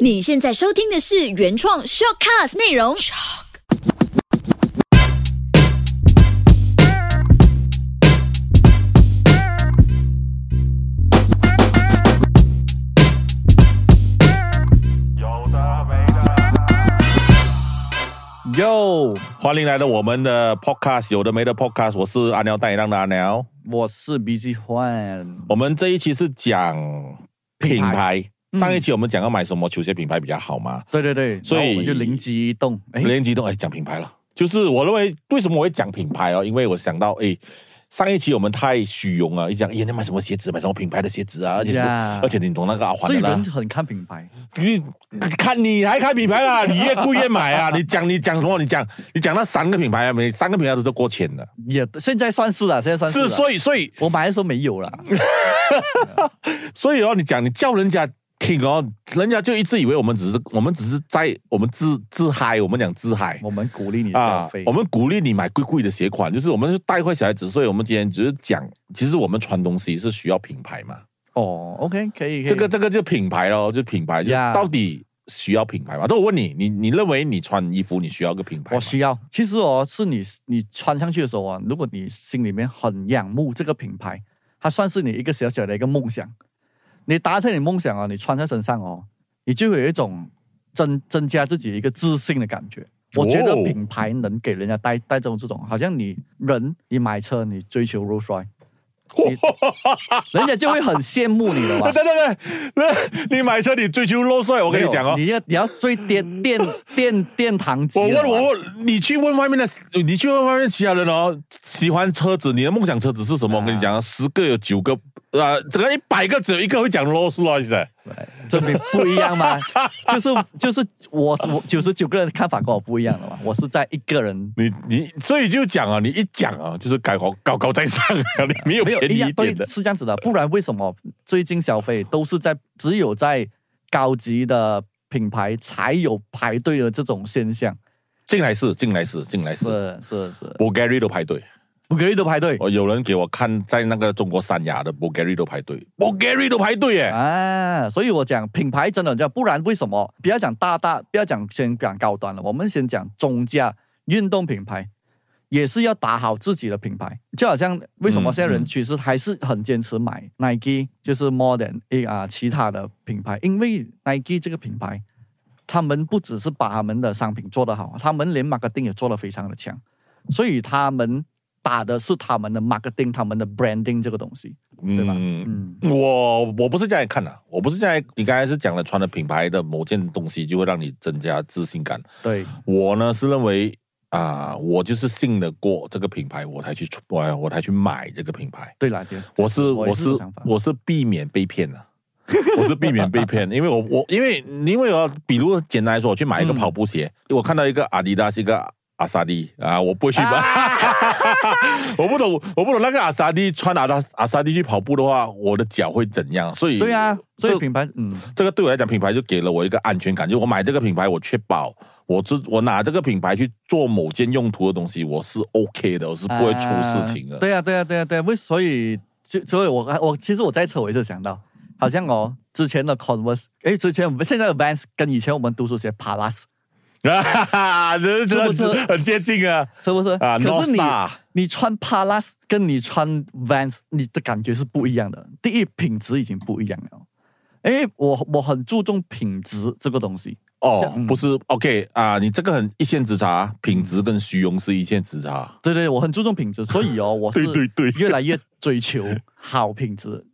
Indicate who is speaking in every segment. Speaker 1: 你现在收听的是原创 shortcast 内容。
Speaker 2: 有的没的。
Speaker 3: 哟，欢迎来到我们的 Podcast，有的没的 Podcast，我是阿鸟带你浪的阿鸟。
Speaker 4: 我是 BG 换，
Speaker 3: 我们这一期是讲品
Speaker 4: 品
Speaker 3: 牌，
Speaker 4: 牌
Speaker 3: 上一期我们讲要买什么球鞋品牌比较好嘛，
Speaker 4: 对对对，
Speaker 3: 所以
Speaker 4: 然后我们就灵机一动，哎，
Speaker 3: 连激动哎讲品牌了。就是我认为为什么我会讲品牌哦，因为我想到哎。上一期我们太虚荣了，一讲哎呀，你买什么鞋子，买什么品牌的鞋子啊？而且什么
Speaker 4: Yeah
Speaker 3: 而且你懂那个阿
Speaker 4: 所
Speaker 3: 环
Speaker 4: 以
Speaker 3: 的啦
Speaker 4: 人，很看品牌，
Speaker 3: 你看你还开品牌啦，你越贵越买啊！你讲你讲什么？你讲你讲那三个品牌啊，每三个品牌都是过千的，
Speaker 4: 也现在算嗯是了，啊现在算
Speaker 3: 是
Speaker 4: 了。
Speaker 3: 所以所以
Speaker 4: 我买的时候没有 了，
Speaker 3: 所以哦，你讲你叫人家听哦，人家就一直以为我们只是我们只是在我们自自嗨，我们讲自嗨
Speaker 4: 我们鼓励你消
Speaker 3: 啊
Speaker 4: 费，，
Speaker 3: 我们鼓励你买贵贵的鞋款，就是我们是带坏小孩子，所以我们今天只是讲，其实我们穿东西是需要品牌嘛，
Speaker 4: 哦，OK，可以，可以
Speaker 3: 这个这个就品牌咯，就品牌，就
Speaker 4: Yeah
Speaker 3: 到底需要品牌嘛？但我问你，你你认为你穿衣服你需要一个品牌吗？
Speaker 4: 我需要。其实哦，是你你穿上去的时候啊，如果你心里面很仰慕这个品牌，它算是你一个小小的一个梦想。你达成你梦想啊，你穿在身上哦，你就会有一种增增加自己一个自信的感觉。我觉得
Speaker 3: 哦
Speaker 4: 品牌能给人家带带这种这种，好像你人你买车，你追求 Rolls Royce，你人家就会很羡慕你了嘛
Speaker 3: 对。对对对，你买车你追求 low 帅，我跟你讲哦
Speaker 4: 没有，你要你要最殿殿殿殿堂级
Speaker 3: 我
Speaker 4: 的嘛。
Speaker 3: 问我问你去问外面的，你去问外面其他人哦，喜欢车子，你的梦想车子是什么？
Speaker 4: 啊
Speaker 3: 我跟你讲啊，十个有九个，呃，整个一百个只有一个会讲 Rolls Royce 的。
Speaker 4: 这边不一样吗？ 就是就是我我九十九个人的看法跟我不一样的嘛，我是在一个人
Speaker 3: 你你所以就讲啊，你一讲啊，就是改高高高在上啊， 你没有
Speaker 4: 没
Speaker 3: 便
Speaker 4: 有
Speaker 3: 宜
Speaker 4: 一
Speaker 3: 一
Speaker 4: 样对
Speaker 3: 点的。
Speaker 4: 是这样子的，不然为什么最近消费都是在只有在高级的品牌才有排队的这种现象？
Speaker 3: 进来是进来是进来是，
Speaker 4: 是是是，
Speaker 3: Bulgari 都排队。
Speaker 4: 不可以都排队
Speaker 3: 哦，有人给我看在那个中国三亚的 Bulgari 都排队，Bulgari 都排队耶。
Speaker 4: 啊！所以我讲品牌真的很重要，不然为什么不要讲大大，不要讲先讲高端了，我们先讲中价运动品牌。也是要打好自己的品牌，就好像为什么现在
Speaker 3: 嗯嗯
Speaker 4: 人其实还是很坚持买 Nike，就是 more than 一啊其他的品牌，因为 Nike 这个品牌，他们不只是把他们的商品做得好，他们连 marketing 也做得非常的强，所以他们打的是他们的 marketing，他们的 branding 这个东西，对吧？
Speaker 3: 嗯
Speaker 4: 嗯，
Speaker 3: 我我不是这样看的、啊我不是这样。你刚才是讲了穿的品牌的某件东西就会让你增加自信感。
Speaker 4: 对，
Speaker 3: 我呢是认为啊、我就是信得过这个品牌，我才去出我我才去买这个品牌。
Speaker 4: 对啦，对，
Speaker 3: 我是
Speaker 4: 我
Speaker 3: 我
Speaker 4: 也
Speaker 3: 是
Speaker 4: 是这种想法
Speaker 3: 我是避免被骗的、 我是避免被骗，因为我我因为因为我比如简单来说，我去买一个
Speaker 4: 嗯
Speaker 3: 跑步鞋，我看到一个阿迪达斯一个阿萨迪啊，我不会去买。 我不懂，我不懂那个阿萨迪穿阿达阿萨迪去跑步的话，我的脚会怎样？所以
Speaker 4: 对啊，所以
Speaker 3: 这
Speaker 4: 品牌，嗯，
Speaker 3: 这个对我来讲，品牌就给了我一个安全感，就我买这个品牌，我确保我这我拿这个品牌去做某件用途的东西，我是 OK 的，我是不会出事情的。
Speaker 4: 啊对呀、对呀、对呀、对呀、为所以就所以我，我其实我在车我就想到，好像哦，之前的 Converse，哎，之前我们现在的 Vans 跟以前我们读书鞋 Palas
Speaker 3: 哈哈， 这这
Speaker 4: 啊是不是
Speaker 3: 很接近啊？
Speaker 4: 是不是？
Speaker 3: 啊
Speaker 4: 可是你
Speaker 3: Northstar
Speaker 4: 你穿 Palas 跟你穿 Vans，你的感觉是不一样的。第一，品质已经不一样了。哎，我我很注重品质这个东西，这
Speaker 3: 哦
Speaker 4: 样，嗯嗯
Speaker 3: 不是 OK 啊？你这个很一线之差，啊品质跟虚荣是一线之差。啊
Speaker 4: 对对，我很注重品质，所以 哦，我是
Speaker 3: 对对对
Speaker 4: 越来越追求好品质。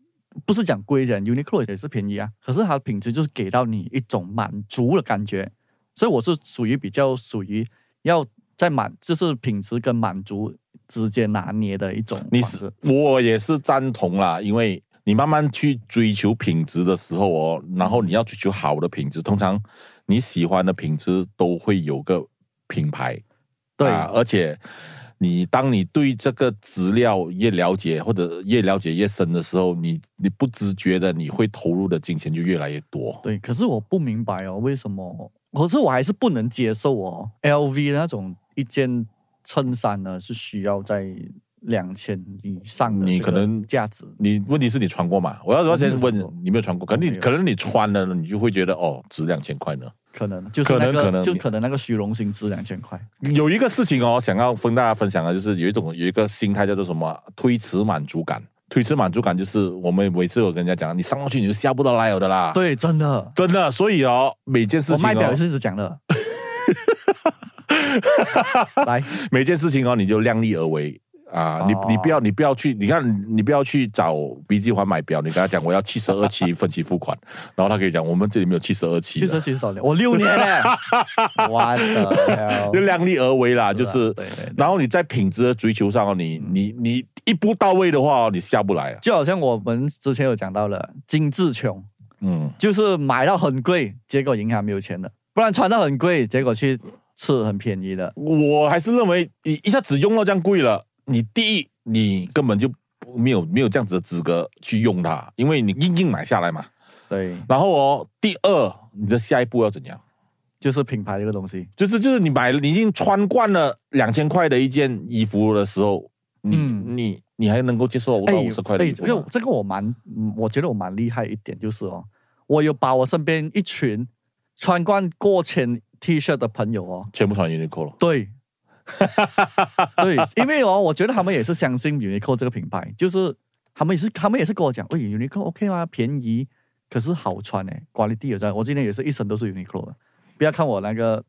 Speaker 4: 不是讲贵一点，Uniqlo 也是便宜啊，可是它的品质就是给到你一种满足的感觉，所以我是属于比较属于要在满，就是品质跟满足之间拿捏的一种
Speaker 3: 你
Speaker 4: 方
Speaker 3: 是
Speaker 4: 式。
Speaker 3: 我也是赞同啦，因为你慢慢去追求品质的时候哦，然
Speaker 4: 嗯
Speaker 3: 后你要追求好的品质，通常你喜欢的品质都会有个品牌，
Speaker 4: 对
Speaker 3: 啊而且你当你对这个资料越了解，或者越了解越深的时候，你你不自觉的你会投入的金钱就越来越多。
Speaker 4: 对，可是我不明白哦，为什么？可是我还是不能接受哦，LV 那种一件衬衫呢是需要在两千以上的
Speaker 3: 你
Speaker 4: 这个
Speaker 3: 可能
Speaker 4: 价值。
Speaker 3: 你问题是你穿过吗？我要我要先问
Speaker 4: 嗯没
Speaker 3: 你没有
Speaker 4: 有穿过
Speaker 3: 穿过，可能
Speaker 4: 没
Speaker 3: 你
Speaker 4: 有
Speaker 3: 可能你穿了，你就会觉得哦，值两千块呢。
Speaker 4: 可能就是
Speaker 3: 可
Speaker 4: 那
Speaker 3: 能
Speaker 4: 个，
Speaker 3: 可能
Speaker 4: 就
Speaker 3: 你
Speaker 4: 可能那个虚荣心值两千块，
Speaker 3: 有一个事情哦，想要跟大家分享的，就是有一种有一个心态叫做什么啊推迟满足感。推迟满足感就是我们每次我跟人家讲，你上到去你就下不到来了的啦。，
Speaker 4: 对，真的，
Speaker 3: 真的，所以哦，每件事
Speaker 4: 我
Speaker 3: 情
Speaker 4: 卖表
Speaker 3: 哦
Speaker 4: 也，是一直 讲的。来，
Speaker 3: 每件事情哦，你就量力而为啊！你
Speaker 4: 哦
Speaker 3: 你不要你不要去，你看你不要去找 B 计环买表，你跟他讲我要七十二期分期付款，然后他可以讲我们这里没有七十二期
Speaker 4: 其实
Speaker 3: 的，
Speaker 4: 其实少年，我六年嘞，我的
Speaker 3: 就量力而为啦，
Speaker 4: 是
Speaker 3: 就
Speaker 4: 啊
Speaker 3: 是
Speaker 4: 对对对
Speaker 3: 然后你在品质的追求上哦，你你你一步到位的话哦，你下不来啊。
Speaker 4: 就好像我们之前有讲到了精致穷，
Speaker 3: 嗯，
Speaker 4: 就是买到很贵，结果银行没有钱了；不然穿到很贵，结果去吃很便宜的。
Speaker 3: 我还是认为你一下子用到这样贵了，你第一你根本就没有没有这样子的资格去用它，因为你硬硬买下来嘛。
Speaker 4: 对，
Speaker 3: 然后哦，第二你的下一步要怎样？
Speaker 4: 就是品牌这个东西，
Speaker 3: 就是就是你买了，你已经穿惯了两千块的一件衣服的时候，你、
Speaker 4: 嗯
Speaker 3: 你你还能够接受五到五十块的衣服
Speaker 4: 哎这
Speaker 3: 吗？
Speaker 4: 个这个我蛮，嗯我觉得我蛮厉害一点，就是哦，我有把我身边一群穿惯过千 T 恤的朋友哦，
Speaker 3: 全部穿 Uniqlo 了。
Speaker 4: 对， 对，因为哦，我觉得他们也是相信 Uniqlo 这个品牌，就是他们也是他们也是跟我讲，哎，Uniqlo OK 吗？便宜，可是好穿哎、管理 y 也在。我今天也是一身都是 Uniqlo 的，不要看我那个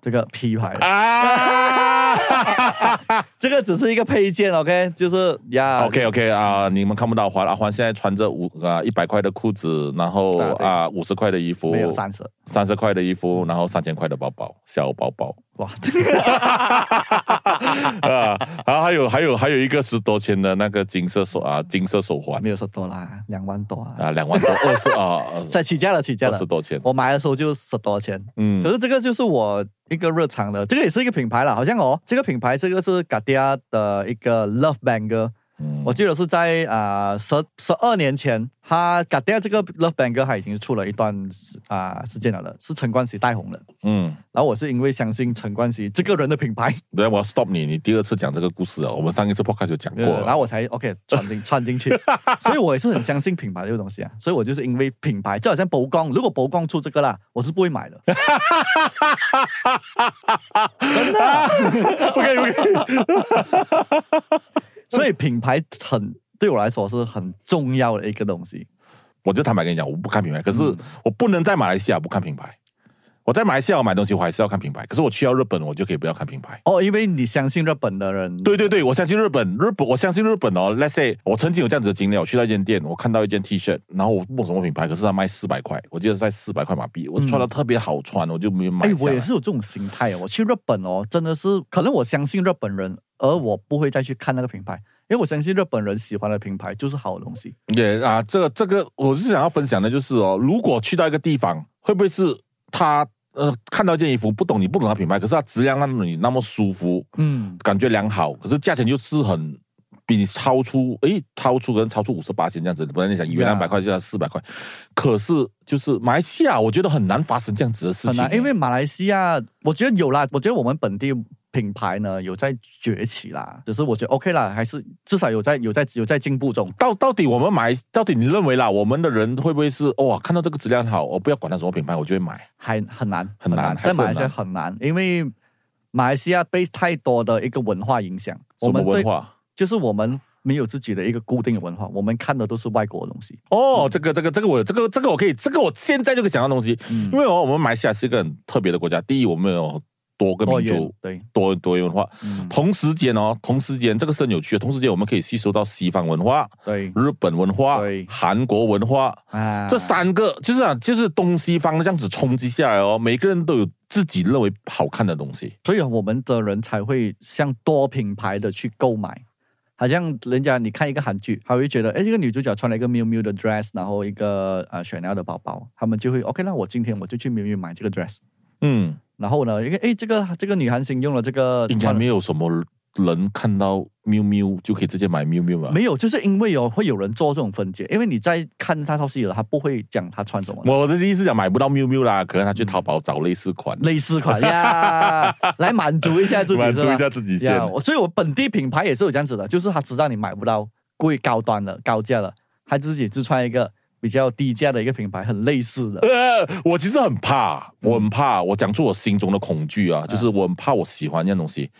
Speaker 4: 这个 P 牌，
Speaker 3: 啊
Speaker 4: 这个只是一个配件，OK，就是呀
Speaker 3: ，OK OK 啊、你们看不到华阿欢现在穿着五啊一百块的裤子，然后
Speaker 4: 啊对
Speaker 3: 啊五十块的衣服，
Speaker 4: 没有三嗯十，
Speaker 3: 三十块的衣服，然后三千块的包包，小包 包
Speaker 4: 哇，
Speaker 3: 啊，然后还有还有还有一个十多千的那个金色手啊金色手环
Speaker 4: 没有说多啦，两万多啊，
Speaker 3: 啊，两万多二十 啊
Speaker 4: 在起价了，起价
Speaker 3: 二
Speaker 4: 了
Speaker 3: 十。多千，
Speaker 4: 我买的时候就十多钱，
Speaker 3: 嗯
Speaker 4: 可是这个就是我一个日常的，这个也是一个品牌啦，好像哦，这个品牌这个是 g a d i a 的一个 Love Banger，、
Speaker 3: 嗯
Speaker 4: 我记得是在啊十十二年前，他 g a d i a 这个 Love Banger 它已经出了一段时啊、时间了的，是陈冠希带红的。
Speaker 3: 嗯，
Speaker 4: 然后我是因为相信陈冠希这个人的品牌，
Speaker 3: 等下我要 stop 你，你第二次讲这个故事啊，我们上一次 podcast 就讲过啊
Speaker 4: 呃
Speaker 3: 了，
Speaker 4: 然后我才 OK 穿进穿进去，所以我也是很相信品牌这个东西啊，所以我就是因为品牌，就好像博光，如果博光出这个啦，我是不会买的。真的 啊、
Speaker 3: OK OK，
Speaker 4: 所以品牌很对我来说是很重要的一个东西。
Speaker 3: 我就坦白跟你讲，我不看品牌，可
Speaker 4: 嗯
Speaker 3: 是我不能在马来西亚不看品牌。我在马来西亚我买东西，我还是要看品牌。可是我去到日本，我就可以不要看品牌。
Speaker 4: 哦，因为你相信日本的人，
Speaker 3: 对对对，我相信日本，日本，我相信日本哦。Let's say，我曾经有这样子的经历，我去到一间店，我看到一件 T 恤，然后我不懂什么品牌，可是它卖四百块，我记得是在四百块马币，我穿的特别好穿，我就没有买
Speaker 4: 嗯哎
Speaker 3: 下，来。
Speaker 4: 我也是有这种心态哦。我去日本哦，真的是可能我相信日本人，而我不会再去看那个品牌，因为我相信日本人喜欢的品牌就是好东西。
Speaker 3: 也啊，这个这个，我是想要分享的就是哦，如果去到一个地方，会不会是他呃看到一件衣服，不懂你不懂它品牌，可是它质量让你那么舒服，
Speaker 4: 嗯，
Speaker 3: 感觉良好，可是价钱就是很比你超出，诶，超出可能超出五十八千这样子。本来你想以为
Speaker 4: Yeah
Speaker 3: 两百块就要四百块，可是就是马来西亚，我觉得很难发生这样子的事
Speaker 4: 很
Speaker 3: 情，
Speaker 4: 难，因为马来西亚，我觉得有啦，我觉得我们本地品牌呢有在崛起啦，只是我觉得 OK 啦，还是至少有在有在有在进步中。
Speaker 3: 到到底我们买，到底你认为啦，我们的人会不会是哇、看到这个质量好，我不要管它什么品牌，我就会买。
Speaker 4: 还很难，
Speaker 3: 很难还是
Speaker 4: 在马来
Speaker 3: 很
Speaker 4: 西亚
Speaker 3: 难
Speaker 4: 很难，因为马来西亚被太多的一个文化影响，
Speaker 3: 什
Speaker 4: 我
Speaker 3: 么
Speaker 4: 们
Speaker 3: 文
Speaker 4: 对，
Speaker 3: 化？
Speaker 4: 就是我们没有自己的一个固定的文化，我们看的都是外国的东西。
Speaker 3: 哦，这个这个这个我这个这个我可以，这个我现在就可以想到东西，
Speaker 4: 嗯
Speaker 3: 因为哦，我们马来西亚是一个很特别的国家，第一我们有多个
Speaker 4: 多
Speaker 3: 民
Speaker 4: 元
Speaker 3: 族，
Speaker 4: 对，
Speaker 3: 多多元文化。
Speaker 4: 嗯，
Speaker 3: 同时间哦，同时间这个是很有趣的。同时间，我们可以吸收到西方文化、
Speaker 4: 对
Speaker 3: 日本文化
Speaker 4: 对、
Speaker 3: 韩国文化
Speaker 4: 啊，
Speaker 3: 这三个，就是啊，就是东西方这样子冲击下来哦，每个人都有自己认为好看的东西。
Speaker 4: 所以我们的人才会向多品牌的去购买。好像人家你看一个韩剧，他会觉得，哎，这个女主角穿了一个 miu miu 的 dress，然后一个呃 Chanel 的包包，他们就会 OK，那我今天我就去 miu miu 买这个 dress。
Speaker 3: 嗯，
Speaker 4: 然后呢，一个哎，这个这个女韩星用了这个
Speaker 3: 应该
Speaker 4: 穿了
Speaker 3: 没有什么人看到喵喵就可以直接买喵喵嘛？
Speaker 4: 没有，就是因为有会有人做这种分解，因为你在看他套戏了，他不会讲他穿什么。
Speaker 3: 我的意思是讲买不到喵喵啦，可能他去淘宝找类似款，
Speaker 4: 类似款呀，来满足一下自己，
Speaker 3: 满足
Speaker 4: 是吧
Speaker 3: 一下自己先。
Speaker 4: 呀我所以我本地品牌也是有这样子的，就是他知道你买不到贵高端的高价的，他自己自创一个比较低价的一个品牌，很类似的。
Speaker 3: 呃， 我其实很怕，我很怕，我讲出我心中的恐惧
Speaker 4: 嗯
Speaker 3: 啊，就是我很怕我喜欢这样东西，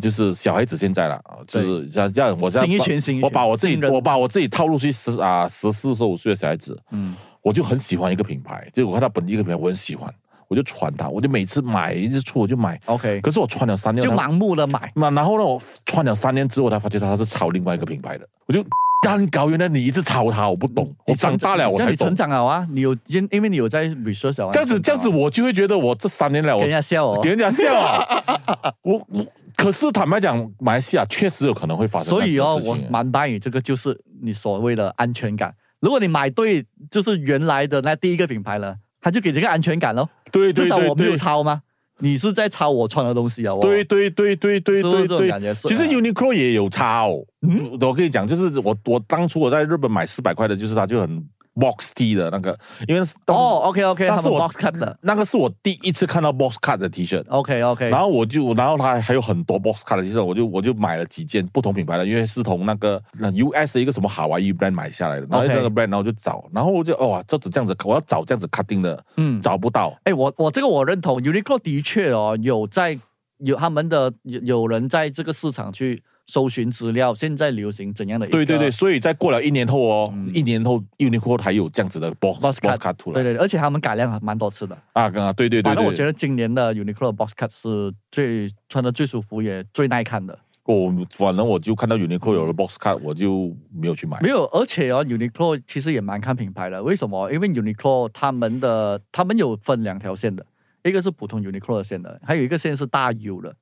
Speaker 3: 就是小孩子现在啦，就是像这样，我这样
Speaker 4: 新一
Speaker 3: 把
Speaker 4: 群新一群
Speaker 3: 我把我自己
Speaker 4: 新人
Speaker 3: 我把我自己套路去十啊十四十五岁的小孩子，
Speaker 4: 嗯，
Speaker 3: 我就很喜欢一个品牌，就我看到本地一个品牌，我很喜欢，我就穿它，我就每次买一次出我就买，
Speaker 4: ，OK，
Speaker 3: 可是我穿了三年
Speaker 4: 就
Speaker 3: 它
Speaker 4: 盲目的买，
Speaker 3: 那然后呢，我穿了三年之后，我才发觉它是炒另外一个品牌的，我就蛋糕原来你一直炒它，我不懂，我
Speaker 4: 你成
Speaker 3: 长大了我
Speaker 4: 哎这
Speaker 3: 才
Speaker 4: 样你
Speaker 3: 懂
Speaker 4: 成。长了啊，你有因因为你有在 research 啊，
Speaker 3: 这样子，
Speaker 4: 你成长了啊
Speaker 3: 这样子，我就会觉得我这三年来我
Speaker 4: 给 人家笑哦
Speaker 3: 给。人家笑啊！ 我我，可是坦白讲，马来西亚确实有可能会发生
Speaker 4: 所
Speaker 3: 这
Speaker 4: 以哦
Speaker 3: 样，子的
Speaker 4: 我
Speaker 3: 事情。啊
Speaker 4: 蛮答应这个就是你所谓的安全感。如果你买对，就是原来的那第一个品牌了，他就给这个安全感咯。
Speaker 3: 对对
Speaker 4: 至少
Speaker 3: 对
Speaker 4: 我没有
Speaker 3: 对，
Speaker 4: 抄吗？你是在抄我穿的东西啊？我
Speaker 3: 对对对对对
Speaker 4: 是不是
Speaker 3: 对
Speaker 4: 这种
Speaker 3: 对
Speaker 4: 感。觉？啊
Speaker 3: 其实
Speaker 4: 有。
Speaker 3: Uniqlo 也有差哦。嗯，我跟你讲，就是我我当初我在日本买四百块的，就是它就很 box T 的那个，因为当时
Speaker 4: 哦，OK OK，他
Speaker 3: 但是
Speaker 4: 们
Speaker 3: 我
Speaker 4: box cut 的
Speaker 3: 那个是我第一次看到 box cut 的 T 恤。
Speaker 4: ，OK OK，
Speaker 3: 然后我就，然后它还有很多 box cut 的 T 恤，我就我就买了几件不同品牌的，因为是从那个那 US 的一个什么好玩 i brand 买下来的，然后
Speaker 4: OK
Speaker 3: 那个 brand，然后我就找，然后我就哦哇，这只这样子，我要找这样子 cutting 的，
Speaker 4: 嗯，
Speaker 3: 找不到，
Speaker 4: 哎，我我这个我认同，Uniqlo 的确哦有在有他们的有有人在这个市场去搜寻资料，现在流行怎样的一
Speaker 3: 对
Speaker 4: 个
Speaker 3: 对对，所以在过了一年后哦，
Speaker 4: 嗯
Speaker 3: 一年后 Uniqlo 还有这样子的 box
Speaker 4: box cut，
Speaker 3: cut 出
Speaker 4: 对
Speaker 3: 来
Speaker 4: 对，而且他们改良还蛮多次的。
Speaker 3: 啊，啊，对对对
Speaker 4: 反正我觉
Speaker 3: 对，
Speaker 4: 得今年的 Uniqlo 的 box cut 是最穿的最舒服也最耐看的。
Speaker 3: 我哦反正我就看到 Uniqlo 有了 box cut，我就没有去买
Speaker 4: 嗯没，有，而且哦，Uniqlo 其实也蛮看品牌的。为什么？因为 Uniqlo 他们的他们有分两条线的，一个是普通 Uniqlo 的线的，还有一个线是大 U 的。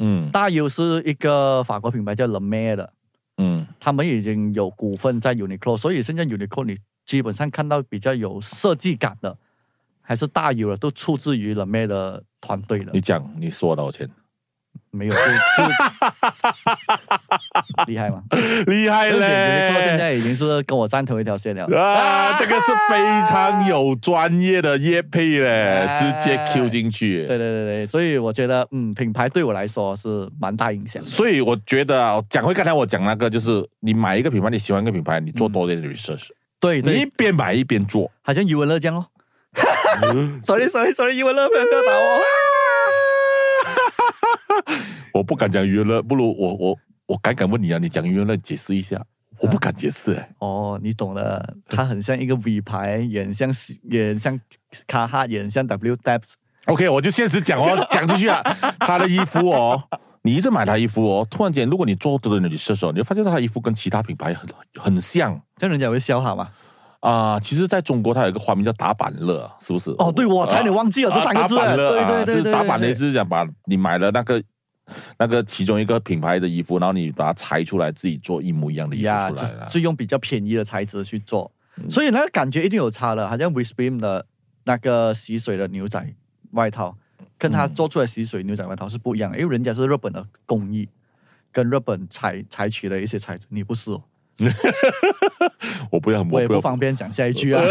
Speaker 3: 嗯
Speaker 4: 大 U 是一个法国品牌叫 Le Mer 的，
Speaker 3: 嗯，
Speaker 4: 他们已经有股份在 Uniqlo，所以现在 Uniqlo 你基本上看到比较有设计感的，还是大 U 的，都出自于 Le Mer 的团队的
Speaker 3: 你。讲你说多少钱？
Speaker 4: 没有，就就厉害吗？
Speaker 3: 厉害
Speaker 4: 而且 Uniqlo 现
Speaker 3: 嘞！
Speaker 4: 在已经是跟我站同一 条线了。
Speaker 3: 啊，这个是非常有专业的业配嘞，
Speaker 4: 啊
Speaker 3: 直接 Q 进去。
Speaker 4: 对对对对，所以我觉得，嗯，品牌对我来说是蛮大影响的。
Speaker 3: 所以我觉得啊，讲回刚才我讲那个，就是你买一个品牌，你喜欢一个品牌，你做多一点的 research，、
Speaker 4: 对
Speaker 3: 你一
Speaker 4: 对，
Speaker 3: 边买一边做。
Speaker 4: 好像余文乐这样 哦。sorry
Speaker 3: 嗯
Speaker 4: sorry sorry，余文乐不要不要打我。
Speaker 3: 我不敢讲娱乐，不如我我我敢敢问你啊，你讲娱乐解释一下，我不敢解释、欸。
Speaker 4: 哦，你懂的，它很像一个 V 牌，也很像也很像卡哈，也很像 W Steps。
Speaker 3: OK，我就现实讲哦，讲出去 啊，他的衣服哦。你一直买他衣服哦，突然间，如果你做多了你的 research 哦，你会发现他的衣服跟其他品牌很很像，
Speaker 4: 这样人家会笑哈嘛？
Speaker 3: 啊、其实在中国它有一个花名叫打板乐，是不是？
Speaker 4: 哦，对，我差点忘记了、这三个字。
Speaker 3: 啊啊打板乐
Speaker 4: 对
Speaker 3: 啊就
Speaker 4: 对对对
Speaker 3: 是
Speaker 4: 对，
Speaker 3: 打板的意
Speaker 4: 对
Speaker 3: 思，是讲把你买了那个那个其中一个品牌的衣服，然后你把它裁出来，自己做一模一样的衣服
Speaker 4: 哎呀，
Speaker 3: 出
Speaker 4: 就
Speaker 3: 来
Speaker 4: 是
Speaker 3: 了。嗯
Speaker 4: 就用比较便宜的材质去做，所以那个感觉一定有差的。好像 w i s p r m 的那个吸水的牛仔外套，跟它
Speaker 3: 嗯
Speaker 4: 做出来吸水牛仔外套是不一样的，因为人家是日本的工艺，跟日本采采取的一些材质，你不是哦，
Speaker 3: 我不要，
Speaker 4: 我也
Speaker 3: 要
Speaker 4: 不方。便讲下一句啊。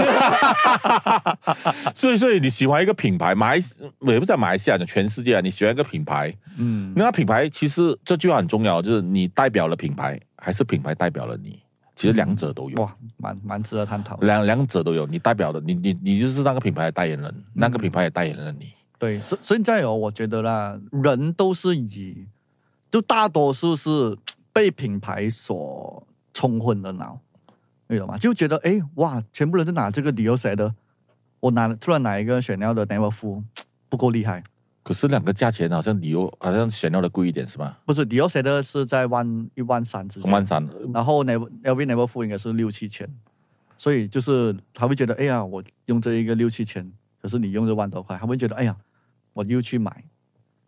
Speaker 3: 所以，所以你喜欢一个品牌，马来西也不在马来西亚，讲全世界啊，你喜欢一个品牌，
Speaker 4: 嗯，
Speaker 3: 那品牌其实这句话很重要，就是你代表了品牌，还是品牌代表了你？其实两者都有。
Speaker 4: 哇，蛮蛮值得探讨的。
Speaker 3: 两两者都有，你代表的你你你就是那个品牌的代言人，那个品牌也代言了你。
Speaker 4: 对，现现在哦，我觉得啦，人都是以，就大多数是被品牌所冲昏了脑，你懂吗？就觉得哎哇，全部人都拿这个 Dior 谁的，我拿突然拿一个 Chanel 的 Never Full 不够厉害，
Speaker 3: 可是两个价钱好像理由好像显要的贵一点是吧？
Speaker 4: 不是 Dior 谁的是在万一万三之间，
Speaker 3: 万三，
Speaker 4: 然后 Never LV Never Full 应该是六七千，所以就是他会觉得哎呀，我用这一个六七千，可是你用这万多块，他会觉得哎呀，我又去买，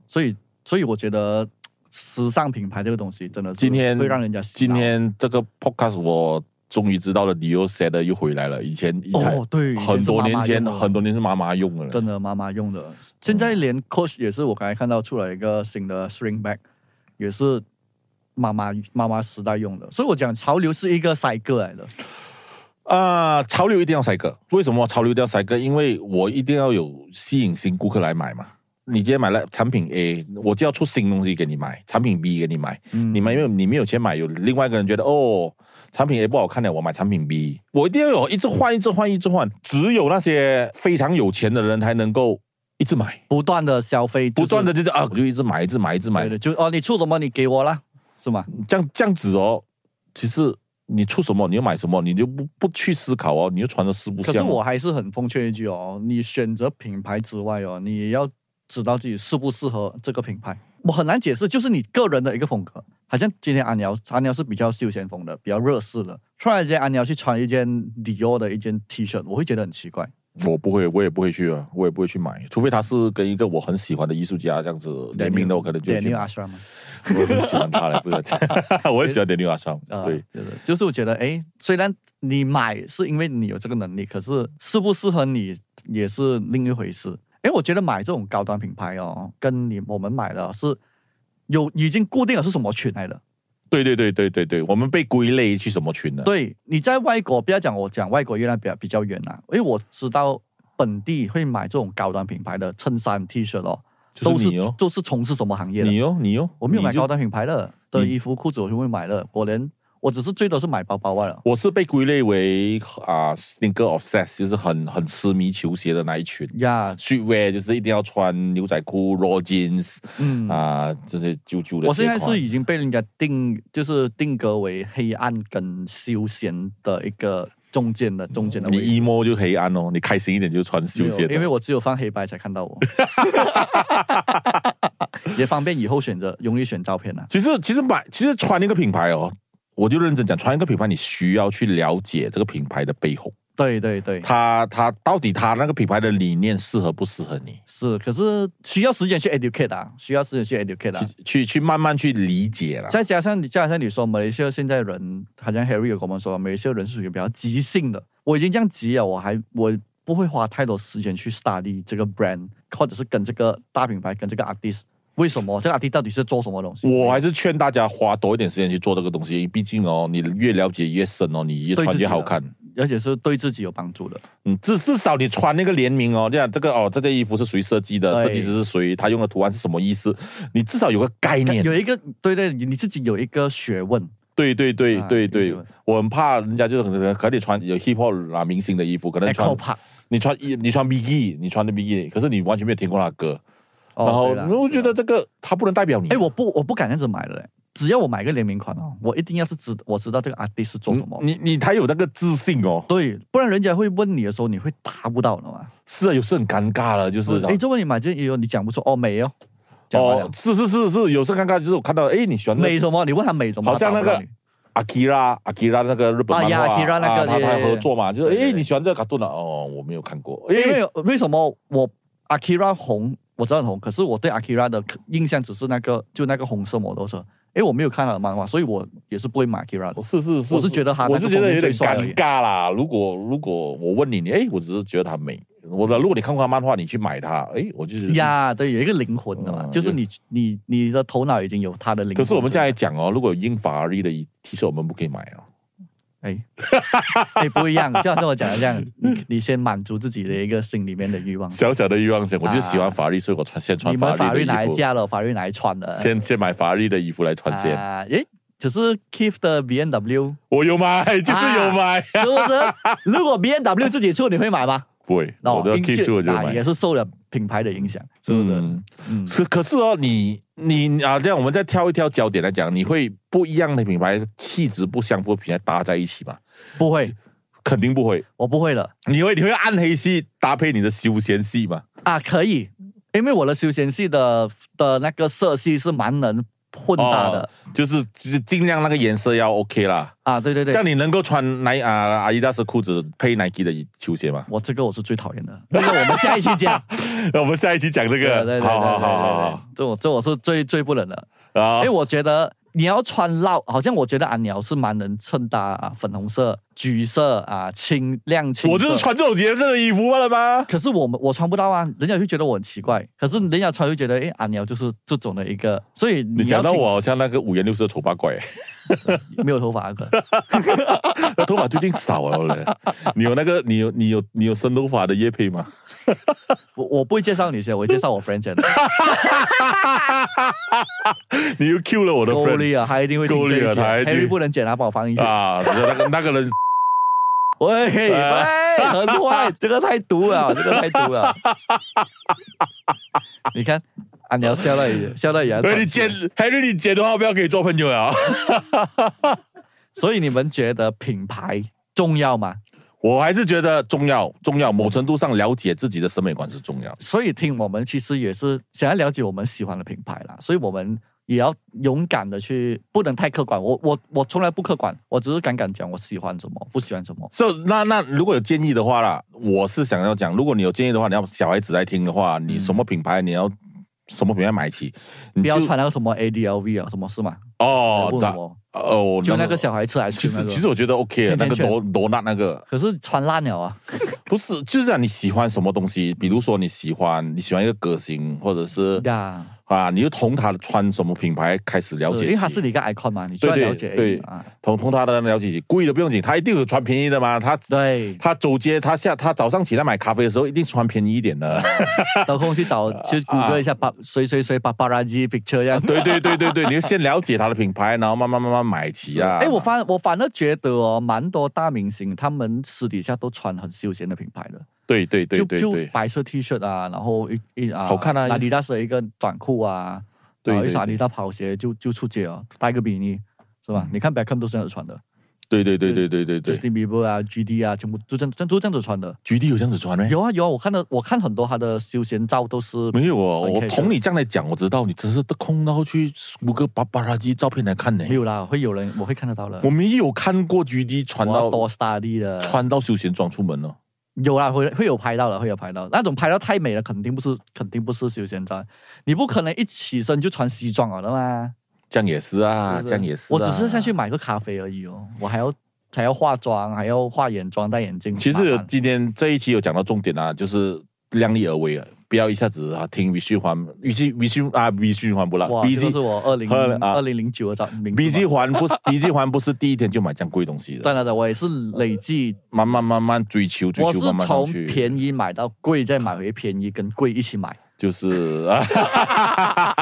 Speaker 4: 所以所以我觉得嘖时尚品牌这个东西真的是
Speaker 3: 今天
Speaker 4: 会让人家洗
Speaker 3: 今
Speaker 4: 脑
Speaker 3: 天这个 podcast 我终于知道了理由 s 的又回来了，以前以前、
Speaker 4: 哦对，
Speaker 3: 很多年前很多
Speaker 4: 多
Speaker 3: 年是妈妈用的了
Speaker 4: 真。的妈妈用的，现在连 Coach 也是我刚才看到出了一个新的 Shrink Bag，也是妈妈妈妈时代用的，所以我讲潮流是一个赛哥来的，
Speaker 3: 啊、潮流一定要塞个，为什么潮流一定要塞个？因为我一定要有吸引新顾客来买嘛。你今天买了产品 A，我就要出新东西给你买，产品 B 给你买。
Speaker 4: 嗯
Speaker 3: 你们因为你没有钱买，有另外一个人觉得哦，产品 A 不好看了，我买产品 B。我一定要有一直换，一直换，一直换。只有那些非常有钱的人才能够一直买，
Speaker 4: 不断的消费、
Speaker 3: 不断
Speaker 4: 的
Speaker 3: 的就是啊，我就一直买，一直买，一直买
Speaker 4: 对。的，就哦，你出什么你给我啦，是吗？
Speaker 3: 这样这样子哦，其实你出什么你就买什么，你就不不去思考哦，你就穿着四不
Speaker 4: 可
Speaker 3: 像。
Speaker 4: 是我还啊是很奉劝一句哦，你选择品牌之外哦，你也要知道自己适不适合这个品牌。我很难解释，就是你个人的一个风格。好像今天安瑶，安瑶是比较休闲风的，比较热式的。突然间安瑶去穿一件 Dior 的一件 T 恤，我会觉得很奇怪。
Speaker 3: 我不会，我也不会去啊，我也不会去买，除非他是跟一个我很喜欢的艺术家这样子联名的，我可能就会去
Speaker 4: Daniel 啊
Speaker 3: 买。
Speaker 4: Ashram 嘛
Speaker 3: 我很喜欢他了，不是？ 我也喜欢 Daniel Ashram，
Speaker 4: 啊，
Speaker 3: 对，
Speaker 4: 就是就是我觉得，哎，虽然你买是因为你有这个能力，可是适不适合你也是另一回事。哎，我觉得买这种高端品牌哦，跟你我们买的是有已经固定了是什么群来的。
Speaker 3: 对对对对对对，我们被归类去什么群呢？
Speaker 4: 对，你在外国不要讲，我讲外国月亮比较比较远啦、因为我知道本地会买这种高端品牌的衬衫、T 恤哦，
Speaker 3: 就
Speaker 4: 都
Speaker 3: 是
Speaker 4: 是
Speaker 3: 你哦，
Speaker 4: 都是从事什么行业的？
Speaker 3: 你哦，你哦，
Speaker 4: 我没有买
Speaker 3: 你就
Speaker 4: 高。端品牌的的
Speaker 3: 你
Speaker 4: 衣服、裤子，我就会买的。我连我只是最多是买包包罢了。
Speaker 3: 我是被归类为啊、sneaker obsess，就是很很痴迷球鞋的那一群。
Speaker 4: 呀
Speaker 3: streetwear 就是一定要穿牛仔裤、raw jeans
Speaker 4: 嗯
Speaker 3: 啊、这些旧旧的鞋款。
Speaker 4: 我现在是已经被人家定，就是定格为黑暗跟休闲的一个中间的中间的
Speaker 3: 嗯
Speaker 4: 位
Speaker 3: 你
Speaker 4: 置。
Speaker 3: 一摸就黑暗哦，你开心一点就穿休闲的。
Speaker 4: 因为我只有放黑白才看 到我，也方便以后选择，容易选照片啊。
Speaker 3: 其实其实买其实穿一个品牌哦，我就认真讲，穿一个品牌你需要去了解这个品牌的背后，
Speaker 4: 对对对，
Speaker 3: 它它到底它那个品牌的理念适合不适合你，
Speaker 4: 是，可是需要时间去 educate 啊，需要时间去 educate 啊。
Speaker 3: 去去去慢慢去理解啦。
Speaker 4: 再加上你，再加上你说马来西亚现在人，好像 Harry 有跟我们说，马来西亚人是属于比较急性的。我已经这样急了，我还我不会花太多时间去 study 这个 brand，或者是跟这个大品牌、跟这个 artist，为什么这个 artist 到底是做什么东西？
Speaker 3: 我还是劝大家花多一点时间去做这个东西，毕竟哦，你越了解越深哦，你越
Speaker 4: 对
Speaker 3: 穿
Speaker 4: 自己
Speaker 3: 越
Speaker 4: 的
Speaker 3: 好看。
Speaker 4: 而且是对自己有帮助的。
Speaker 3: 嗯，至至少你穿那个联名哦，这样这个哦，这件衣服是谁设计的，
Speaker 4: 对
Speaker 3: 设计师是谁，他用的图案是什么意思，你至少有个概念。
Speaker 4: 有一个对对，你自己有一个学问，
Speaker 3: 对对对
Speaker 4: 啊
Speaker 3: 对
Speaker 4: 有
Speaker 3: 对
Speaker 4: 学问，
Speaker 3: 我很怕人家就是可能可能你穿有 hip hop 啊明星的衣服，可能
Speaker 4: e c
Speaker 3: 穿
Speaker 4: o p a
Speaker 3: 你穿衣你穿 Biggie，你穿的 Biggie，可是你完全没有听过他的歌，
Speaker 4: 哦、
Speaker 3: 然
Speaker 4: 对啦
Speaker 3: 后我觉得这个他不能代表你。
Speaker 4: 哎，我不我不敢这样子买了嘞，只要我买个联名款哦，我一定要是知我知道这个 artist 是做什么。
Speaker 3: 嗯你你他有那个自信哦，
Speaker 4: 对，不然人家会问你的时候，你会答不到的嘛。
Speaker 3: 是啊，有时很尴尬了，就是
Speaker 4: 哎，这问你买这件衣服，你讲不出哦，美哦，讲完了
Speaker 3: 哦，是是是是，有时很尴尬，就是我看到哎你喜欢那个
Speaker 4: 美什么？你问他美什么？
Speaker 3: 好像那
Speaker 4: 他答
Speaker 3: 个
Speaker 4: 不到你
Speaker 3: Akira Akira 那个日本
Speaker 4: 啊
Speaker 3: 漫
Speaker 4: 呀
Speaker 3: 画
Speaker 4: Akira 那个
Speaker 3: 他
Speaker 4: 对
Speaker 3: 他合作嘛，就是
Speaker 4: 对对
Speaker 3: 哎
Speaker 4: 对
Speaker 3: 你喜欢这个卡顿啊？哦，我没有看过，
Speaker 4: 因
Speaker 3: 哎
Speaker 4: 为为什么我 Akira 红，我知道很红，可是我对 Akira 的印象只是那个就那个红色摩托车，哎，我没有看他的漫画，所以我也是不会买 Akira 的。
Speaker 3: 是是是，
Speaker 4: 我是觉得他那个
Speaker 3: 我是觉得有
Speaker 4: 封面
Speaker 3: 点
Speaker 4: 最帅而
Speaker 3: 尴
Speaker 4: 已
Speaker 3: 尬啦。如果如果我问你，你哎，我只是觉得他美。我的，如果你看过他漫画，你去买它，哎，我就是
Speaker 4: 嗯呀，对，有一个灵魂的嘛，
Speaker 3: 嗯
Speaker 4: 就是你你你的头脑已经有他的灵
Speaker 3: 可
Speaker 4: 魂。
Speaker 3: 是我们现在讲哦，如果有英法而立的 T 恤，我们不可以买哦。
Speaker 4: 哎，哎不一样，就像我讲的这样，你你先满足自己的一个心里面的欲望。
Speaker 3: 小小的欲望想，我就喜欢
Speaker 4: 啊
Speaker 3: 法律，所以我穿先穿
Speaker 4: 你们
Speaker 3: 法
Speaker 4: 法
Speaker 3: 律
Speaker 4: 律
Speaker 3: 的
Speaker 4: 拿来
Speaker 3: 衣服，
Speaker 4: 嫁了，法律拿来穿的。
Speaker 3: 先先买法律的衣服来穿先。
Speaker 4: 啊，诶，只是 Keith 的 B N W
Speaker 3: 我有买，就是有买，
Speaker 4: 是不是？如果 B N W 自己出，你会买吗？
Speaker 3: 不会， 我都要
Speaker 4: 因
Speaker 3: keep 住我就
Speaker 4: 啊
Speaker 3: 买
Speaker 4: 也。是受了品牌的影响，是不是？
Speaker 3: 嗯，
Speaker 4: 嗯，
Speaker 3: 可可是哦，你你啊，这样我们再挑一挑焦点来讲，你会不一样的品牌气质不相符的品牌搭在一起吗？
Speaker 4: 不 会，
Speaker 3: 肯定不会。
Speaker 4: 我不会了
Speaker 3: 你会你会暗黑系搭配你的休闲系吗？
Speaker 4: 啊，可以，因为我的休闲系的的那个色系是蛮能混搭的、
Speaker 3: 哦就是就是尽量那个颜色要 OK 啦。
Speaker 4: 啊，对对
Speaker 3: 这样
Speaker 4: 对，
Speaker 3: 你能够穿耐啊阿迪达斯裤子配 Nike 的球鞋吗？
Speaker 4: 我这个我是最讨厌的，这个我们下一期讲。
Speaker 3: 我们下一期讲 这
Speaker 4: 对对对
Speaker 3: 个，
Speaker 4: 对
Speaker 3: 好好好
Speaker 4: 对
Speaker 3: 好
Speaker 4: 对，这我这我是最最不能的，
Speaker 3: 好
Speaker 4: 因为
Speaker 3: 啊！
Speaker 4: 我觉得你要穿绕，好像我觉得安鸟是蛮能衬搭啊，粉红色橘色啊，青亮青色。
Speaker 3: 我就是穿这种颜色的衣服罢了吗？
Speaker 4: 可是我们我穿不到啊，人家就觉得我很奇怪。可是人家穿就觉得，哎，阿鸟就是这种的一个，所以
Speaker 3: 你
Speaker 4: 你
Speaker 3: 讲
Speaker 4: 要
Speaker 3: 到
Speaker 4: 清
Speaker 3: 我好像那个五颜六色的丑八怪，
Speaker 4: 没有头发的，
Speaker 3: 我头发最近少了嘞。你有那个你有你有你有生头发的叶配吗？
Speaker 4: 我我不会介绍你先，我会介绍我 friend 先。
Speaker 3: 你又 Q 了我的
Speaker 4: 够
Speaker 3: friend
Speaker 4: 力啊，他一定会
Speaker 3: 够力啊他一定
Speaker 4: Harry 不能剪，他把我放进去。
Speaker 3: 啊，那个那个人
Speaker 4: 喂喂，很坏，这个太毒了，这个太 毒了。你看，阿鸟笑到也笑到也 要
Speaker 3: 哎，你
Speaker 4: 喘气
Speaker 3: 剪，Harry，你剪的话，不要可以做朋友啊！
Speaker 4: 所以你们觉得品牌重要吗？
Speaker 3: 我还是觉得重要，重要，某程度上了解自己的审美观是重要。
Speaker 4: 所以听我们其实也是想要了解我们喜欢的品牌啦，所以我们也要勇敢的去，不能太客观。我我我从来不客观，我只是敢敢讲我喜欢什么，不喜欢什么。
Speaker 3: so, 那那如果有建议的话啦，我是想要讲，如果你有建议的话，你要小孩子来听的话，你什么品牌你要什么品牌买起，你
Speaker 4: 嗯不要
Speaker 3: 就
Speaker 4: 穿那个什么 ADLV 啊，什么是吗？
Speaker 3: 哦
Speaker 4: 问
Speaker 3: 那
Speaker 4: 我
Speaker 3: 哦，
Speaker 4: 就那
Speaker 3: 个
Speaker 4: 个小孩吃来
Speaker 3: 其
Speaker 4: 吃那
Speaker 3: 实
Speaker 4: 个。
Speaker 3: 其实我觉得 OK 的，
Speaker 4: 甜
Speaker 3: 那
Speaker 4: 甜
Speaker 3: 个
Speaker 4: 圈
Speaker 3: 罗罗娜那个
Speaker 4: 可是穿烂了啊！
Speaker 3: 不是，就是让你喜欢什么东西，比如说你喜欢你喜欢一个歌星，或者是
Speaker 4: 呀，
Speaker 3: 啊，你就从他穿什么品牌开始了解
Speaker 4: 是
Speaker 3: 起，
Speaker 4: 因为它是你一个 icon 嘛，你需要
Speaker 3: 对对
Speaker 4: 了解
Speaker 3: 对
Speaker 4: 啊，
Speaker 3: 从从他的了解起，贵的不用紧，他一定有穿便宜的嘛，他
Speaker 4: 对，
Speaker 3: 他走街，他下他早上起来买咖啡的时候，一定穿便宜一点的。
Speaker 4: 有空去找去谷歌一下巴谁谁谁巴巴拉基 picture 呀。
Speaker 3: 对对对对对，你就先了解他的品牌，然后慢慢慢慢买齐啊。
Speaker 4: 哎，我反我反而觉得哦，蛮多大明星他们私底下都穿很休闲的品牌的，
Speaker 3: 对对对
Speaker 4: 就
Speaker 3: 对
Speaker 4: 就
Speaker 3: 对，
Speaker 4: 白色 T 恤啊，然后一一啊，
Speaker 3: 好看啊
Speaker 4: 阿迪达斯的一个短裤啊，
Speaker 3: 对
Speaker 4: 然后一
Speaker 3: 对
Speaker 4: 双阿
Speaker 3: 对
Speaker 4: 迪达跑鞋就就出街哦，搭一个比基是吧？你看 Beckham 都是这样子穿的
Speaker 3: 对对对对对对对。
Speaker 4: ，Justin Bieber 啊，GD 啊，全部都这样都这样子穿的。
Speaker 3: 菊地有这样子穿没？
Speaker 4: 有啊有啊，我看到我看很多他的休闲照都是
Speaker 3: 没有哦，
Speaker 4: 很
Speaker 3: 我
Speaker 4: casual
Speaker 3: 同你这样来讲，我知道你只是得空到去谷歌巴巴拉基照片来看呢
Speaker 4: 没。有啦，会有人我会看得到了。
Speaker 3: 我没有看过菊地穿
Speaker 4: 我要
Speaker 3: 到
Speaker 4: 多 study 的，
Speaker 3: 穿到休闲装出门哦。
Speaker 4: 有啦，会会有拍到的，会有拍到的。那种拍到太美了，肯定不是，肯定不是休闲装。你不可能一起身就穿西装啊了的嘛。
Speaker 3: 这样也是啊，
Speaker 4: 是不
Speaker 3: 这样也是啊。
Speaker 4: 我只是下去买个咖啡而已哦，我还要还要化妆，还要化眼妆、戴眼镜。
Speaker 3: 其
Speaker 4: 麻
Speaker 3: 实
Speaker 4: 烦
Speaker 3: 今天这一期有讲到重点啊，就是量力而为啊，不要一下子啊听 V 循环，V 循 V 循啊 V 循环不啦
Speaker 4: 哇，
Speaker 3: ，B
Speaker 4: 这个
Speaker 3: G
Speaker 4: 是我二零
Speaker 3: 喝了啊
Speaker 4: 二零零九的照名
Speaker 3: B
Speaker 4: 字
Speaker 3: G
Speaker 4: 嘛。
Speaker 3: 环不是 B G 环不是第一天就买这样贵东西的，
Speaker 4: 对了的，我也是累计，
Speaker 3: 慢慢慢慢追求追
Speaker 4: 我
Speaker 3: 求
Speaker 4: 是
Speaker 3: 慢慢上
Speaker 4: 从
Speaker 3: 去，
Speaker 4: 便宜买到贵，再买回便宜跟贵一起买，
Speaker 3: 就是啊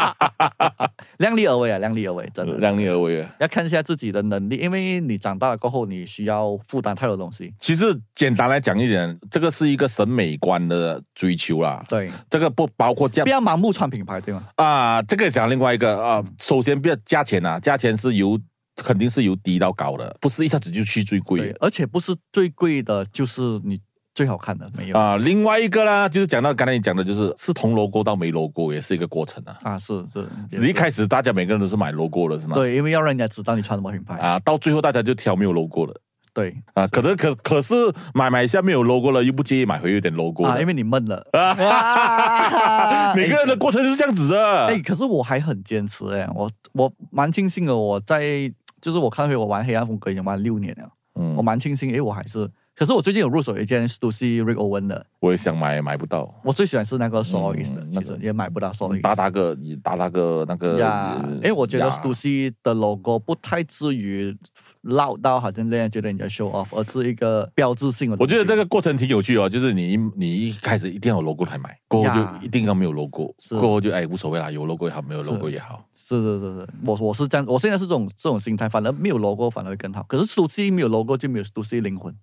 Speaker 4: 量力而为啊，量力而为，真的。
Speaker 3: 量力而为啊。
Speaker 4: 要看一下自己的能力，因为你长大了过后，你需要负担太多东西。
Speaker 3: 其实简单来讲一点，这个是一个审美观的追求啦，
Speaker 4: 对，
Speaker 3: 这个不包括价
Speaker 4: 不要盲目穿品牌，对吗？
Speaker 3: 啊，这个讲另外一个啊，首先不要价钱啊，价钱是由肯定是由低到高的，不是一下子就去最贵的
Speaker 4: 对，。而且不是最贵的，就是你最好看的，没有啊
Speaker 3: 啊、另外一个啦，就是讲到刚才你讲的，就是是从 logo 到没 logo 也是一个过程啊。
Speaker 4: 是是，也是
Speaker 3: 一开始大家每个人都是买 logo 的是吗？
Speaker 4: 对，因为要让人家知道你穿什么品牌，
Speaker 3: 啊，到最后大家就挑没有 logo 的
Speaker 4: 对
Speaker 3: 啊，可能可可是买买一下没有 logo 了，又不介意买回有点 logo 的
Speaker 4: 啊，因为你闷了。
Speaker 3: 啊
Speaker 4: 啊
Speaker 3: 每个人的啊过程就是这样子的。
Speaker 4: 哎，可是我还很坚持哎、我我蛮庆幸的，我在就是我看回我玩黑暗风格已经玩六年了，
Speaker 3: 嗯
Speaker 4: 我蛮庆幸，哎，我还是。可是我最近有入手一件 Stussy Rick Owen 的，
Speaker 3: 我也想买，也买不到。
Speaker 4: 我最喜欢是那个 Solis 的，
Speaker 3: 嗯那
Speaker 4: 其
Speaker 3: 个嗯
Speaker 4: 实也买不到 Solis。
Speaker 3: 打打个打打个那个
Speaker 4: 呀，因为我觉得
Speaker 3: 呃呀
Speaker 4: Stussy 的 logo 不太至于绕到好像那样觉得人家 show off，而是一个标志性的东西。
Speaker 3: 我觉得这个过程挺有趣哦，就是你一你一开始一定要有 logo 来买，过后
Speaker 4: 呀
Speaker 3: 就一定要没有 logo，
Speaker 4: 是
Speaker 3: 过后就哎无所谓啦，有 logo 也好，没有 logo 也好。
Speaker 4: 是是是是，我我是这样，我现在是这种这种心态，反而没有 logo 反而会更好。可是 Stussy 没有 logo 就没有 Stussy 灵魂，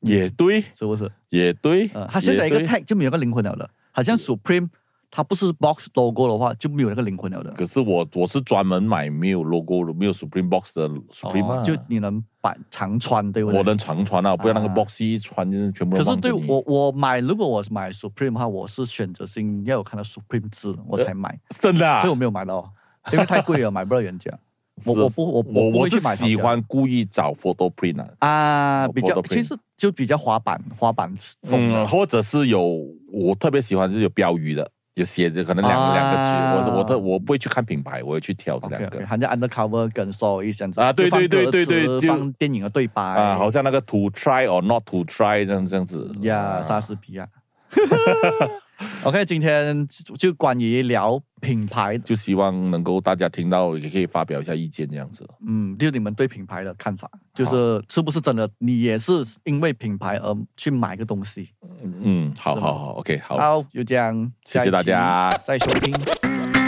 Speaker 3: 也对，
Speaker 4: 是不是？
Speaker 3: 也对，
Speaker 4: 呃，它现在一个
Speaker 3: 也对
Speaker 4: tag 就没有个灵魂了的，好像 Supreme 它不是 box logo 的话就没有那个灵魂了的。
Speaker 3: 可是我我是专门买没有 logo 的、没有 Supreme Box 的 Supreme，、啊
Speaker 4: 哦，就你能把常穿，对不对？
Speaker 3: 我能常穿啊，不要那个
Speaker 4: 啊
Speaker 3: box 一穿就是全部都
Speaker 4: 可是
Speaker 3: 放
Speaker 4: 对
Speaker 3: 着你。
Speaker 4: 我我买，如果我买 Supreme 的话，我是选择性要有看到 Supreme 字我才买，
Speaker 3: 真的、啊
Speaker 4: 所以我，没有买到，因为太贵了，买不到原价。我
Speaker 3: 是
Speaker 4: 我不我
Speaker 3: 我
Speaker 4: 不
Speaker 3: 我
Speaker 4: 会
Speaker 3: 是
Speaker 4: 去买
Speaker 3: 喜
Speaker 4: 它
Speaker 3: 欢故意找 photo print 啊，
Speaker 4: 啊，
Speaker 3: 我
Speaker 4: 比
Speaker 3: 我
Speaker 4: 较
Speaker 3: 都不
Speaker 4: 其实就比较滑板滑板风啊
Speaker 3: 嗯，
Speaker 4: 的
Speaker 3: 或者是有我特别喜欢就是有标语的有写着可能两、
Speaker 4: 啊
Speaker 3: 两个字，我我的我不会去看品牌，我会去嗯挑这
Speaker 4: OK
Speaker 3: 两个
Speaker 4: OK，含着 undercover 跟 story 这样子
Speaker 3: 啊对
Speaker 4: 就放
Speaker 3: 对对
Speaker 4: 歌
Speaker 3: 对对
Speaker 4: 词
Speaker 3: 就
Speaker 4: 放电影的对白
Speaker 3: 啊，好像那个 to try or not to try 这样这样子啊
Speaker 4: 呀，莎士比亚。OK，今天就就关于聊品牌的，
Speaker 3: 就希望能够大家听到也可以发表一下意见这样子。
Speaker 4: 嗯，就是你们对品牌的看法，就是是不是真的你也是因为品牌而去买个东西？
Speaker 3: 嗯，好
Speaker 4: 是吗
Speaker 3: 好好，OK，好，
Speaker 4: 好，就这样，
Speaker 3: 谢谢大家
Speaker 4: 下一期再收听。
Speaker 1: 爱